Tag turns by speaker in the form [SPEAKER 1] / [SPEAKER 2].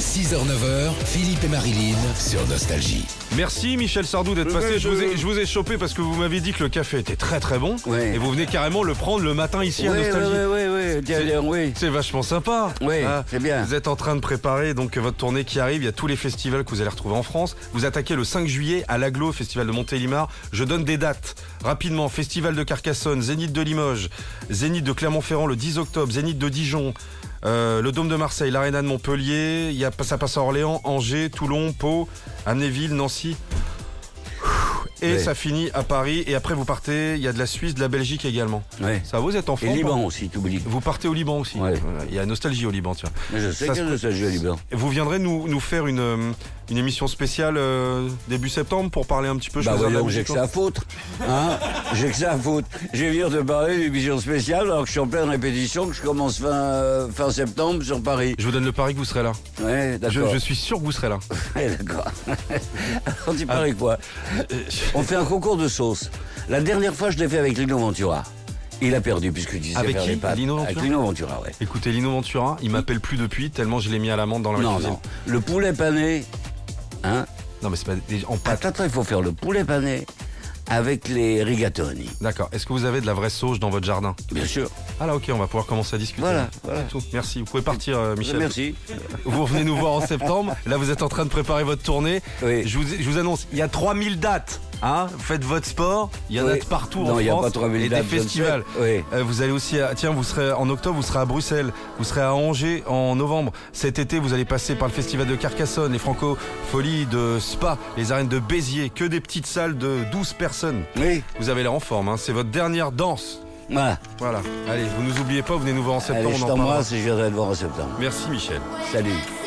[SPEAKER 1] 6h-9h, Philippe et Marilyn sur Nostalgie.
[SPEAKER 2] Merci Michel Sardou d'être
[SPEAKER 3] Je
[SPEAKER 2] passé.
[SPEAKER 3] vais,
[SPEAKER 2] Je vous, ai,
[SPEAKER 3] je-
[SPEAKER 2] je vous ai chopé parce que vous m'avez dit que le café était très très bon.
[SPEAKER 3] Ouais.
[SPEAKER 2] Et vous venez carrément le prendre le matin ici
[SPEAKER 3] Oui,
[SPEAKER 2] à
[SPEAKER 3] oui,
[SPEAKER 2] Nostalgie.
[SPEAKER 3] oui, oui, tiens,
[SPEAKER 2] C'est-
[SPEAKER 3] tiens, oui.
[SPEAKER 2] C'est vachement sympa. Hein
[SPEAKER 3] Oui, c'est bien.
[SPEAKER 2] Vous êtes en train de préparer donc votre tournée qui arrive. Il y a tous les festivals que vous allez retrouver en France. Vous attaquez le 5 juillet à l'Aglo, festival de Montélimar. Je donne des dates rapidement. Festival de Carcassonne, Zénith de Limoges, Zénith de Clermont-Ferrand le 10 octobre, Zénith de Dijon. euh, le Dôme de Marseille, l'Arena de Montpellier, il y a, ça passe à Orléans, Angers, Toulon, Pau, Amnéville, Nancy. Et
[SPEAKER 3] Oui.
[SPEAKER 2] ça finit à Paris. Et après, vous partez, il y a de la Suisse, de la Belgique également.
[SPEAKER 3] Ouais.
[SPEAKER 2] Ça, vous êtes en
[SPEAKER 3] Et
[SPEAKER 2] France
[SPEAKER 3] Liban aussi, t'oublies.
[SPEAKER 2] vous partez au Liban aussi.
[SPEAKER 3] Ouais.
[SPEAKER 2] Voilà, Il y a nostalgie au Liban, tiens.
[SPEAKER 3] Mais Je sais
[SPEAKER 2] Ça
[SPEAKER 3] que
[SPEAKER 2] se-
[SPEAKER 3] je sais jouer au Liban.
[SPEAKER 2] Et vous viendrez nous, nous faire une, euh, une émission spéciale euh, début septembre pour parler un petit peu. je
[SPEAKER 3] Bah
[SPEAKER 2] faisais de la
[SPEAKER 3] voyons, j'ai
[SPEAKER 2] musique
[SPEAKER 3] que ça à foutre. Hein j'ai que ça à foutre. Je vais venir te parler d'une émission spéciale alors que je suis en pleine répétition, que je commence fin, euh, fin septembre sur Paris.
[SPEAKER 2] Je vous donne le pari que vous serez là. Je,
[SPEAKER 3] Ouais, d'accord.
[SPEAKER 2] je suis sûr que vous serez là.
[SPEAKER 3] Ouais, d'accord. On dit
[SPEAKER 2] Ah.
[SPEAKER 3] pareil quoi On fait un concours de sauce. La dernière fois, je l'ai fait avec Lino Ventura. Il a perdu puisque tu disais
[SPEAKER 2] Avec
[SPEAKER 3] faire
[SPEAKER 2] qui
[SPEAKER 3] les pâtes.
[SPEAKER 2] Lino
[SPEAKER 3] Avec
[SPEAKER 2] Ventura
[SPEAKER 3] Lino Ventura, ouais.
[SPEAKER 2] Écoutez, Lino Ventura, il m'appelle plus depuis tellement je l'ai mis à l'amende dans la
[SPEAKER 3] Non,
[SPEAKER 2] cuisine.
[SPEAKER 3] non. Le poulet pané, hein,
[SPEAKER 2] Non, mais c'est pas des- en pâte.
[SPEAKER 3] Attends, attends, il faut faire le poulet pané avec les rigatoni.
[SPEAKER 2] D'accord. Est-ce que vous avez de la vraie sauge dans votre jardin
[SPEAKER 3] Bien sûr.
[SPEAKER 2] Ah là, ok, on va pouvoir commencer à discuter.
[SPEAKER 3] Voilà, voilà.
[SPEAKER 2] C'est tout. Merci. Vous pouvez partir, euh, Michel.
[SPEAKER 3] Merci.
[SPEAKER 2] Vous revenez nous voir en septembre. Là, vous êtes en train de préparer votre tournée.
[SPEAKER 3] Oui.
[SPEAKER 2] Je, vous, je vous annonce, il y a 3000 dates. Hein Faites votre sport. Il y en a
[SPEAKER 3] Oui.
[SPEAKER 2] de partout
[SPEAKER 3] Non,
[SPEAKER 2] en
[SPEAKER 3] il y a
[SPEAKER 2] France.
[SPEAKER 3] pas 3000
[SPEAKER 2] et
[SPEAKER 3] dates,
[SPEAKER 2] des
[SPEAKER 3] je le
[SPEAKER 2] festivals.
[SPEAKER 3] sais. Oui.
[SPEAKER 2] Euh, vous allez aussi à, tiens, vous serez en octobre, vous serez à Bruxelles, vous serez à Angers en novembre. Cet été, vous allez passer par le festival de Carcassonne, les Franco Folies de Spa, les arènes de Béziers, que des petites salles de 12 personnes.
[SPEAKER 3] Oui.
[SPEAKER 2] Vous avez l'air en forme, hein. c'est votre dernière danse.
[SPEAKER 3] Voilà.
[SPEAKER 2] Voilà. Allez, vous nous oubliez pas, vous venez nous voir en septembre.
[SPEAKER 3] Allez, je
[SPEAKER 2] on en parlera.
[SPEAKER 3] t'embrasse et je viendrai te voir en septembre.
[SPEAKER 2] Merci Michel.
[SPEAKER 3] Salut.
[SPEAKER 4] Salut.